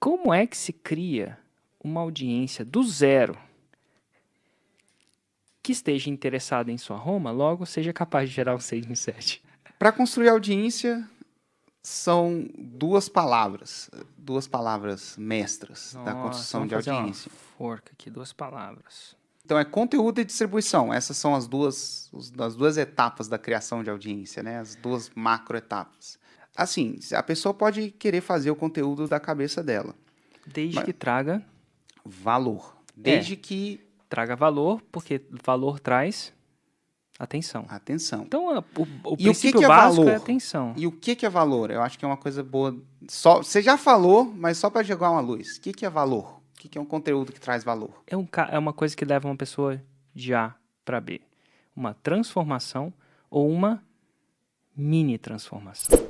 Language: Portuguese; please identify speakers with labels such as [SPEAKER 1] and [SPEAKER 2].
[SPEAKER 1] Como é que se cria uma audiência do zero que esteja interessada em sua Roma, logo seja capaz de gerar um 6 em 7?
[SPEAKER 2] Para construir audiência, são duas palavras, duas palavras mestras da construção de audiência.
[SPEAKER 1] forca aqui, duas palavras.
[SPEAKER 2] Então é conteúdo e distribuição. Essas são as duas, os- as duas etapas da criação de audiência, né? As duas macroetapas. Assim, a pessoa pode querer fazer o conteúdo da cabeça dela.
[SPEAKER 1] Desde
[SPEAKER 2] Mas-
[SPEAKER 1] que traga,
[SPEAKER 2] Valor. Desde que.
[SPEAKER 1] traga valor, porque valor traz atenção.
[SPEAKER 2] Atenção.
[SPEAKER 1] Então, a- o, o
[SPEAKER 2] o que
[SPEAKER 1] princípio
[SPEAKER 2] que é
[SPEAKER 1] básico é
[SPEAKER 2] valor?
[SPEAKER 1] atenção.
[SPEAKER 2] E o que, que é valor? Eu acho que é uma coisa boa. Só, você já falou, mas só para jogar uma luz. O que, que é valor? O que, que é um conteúdo que traz valor?
[SPEAKER 1] É, um ca- é uma coisa que leva uma pessoa de A para B. Uma transformação ou uma mini transformação.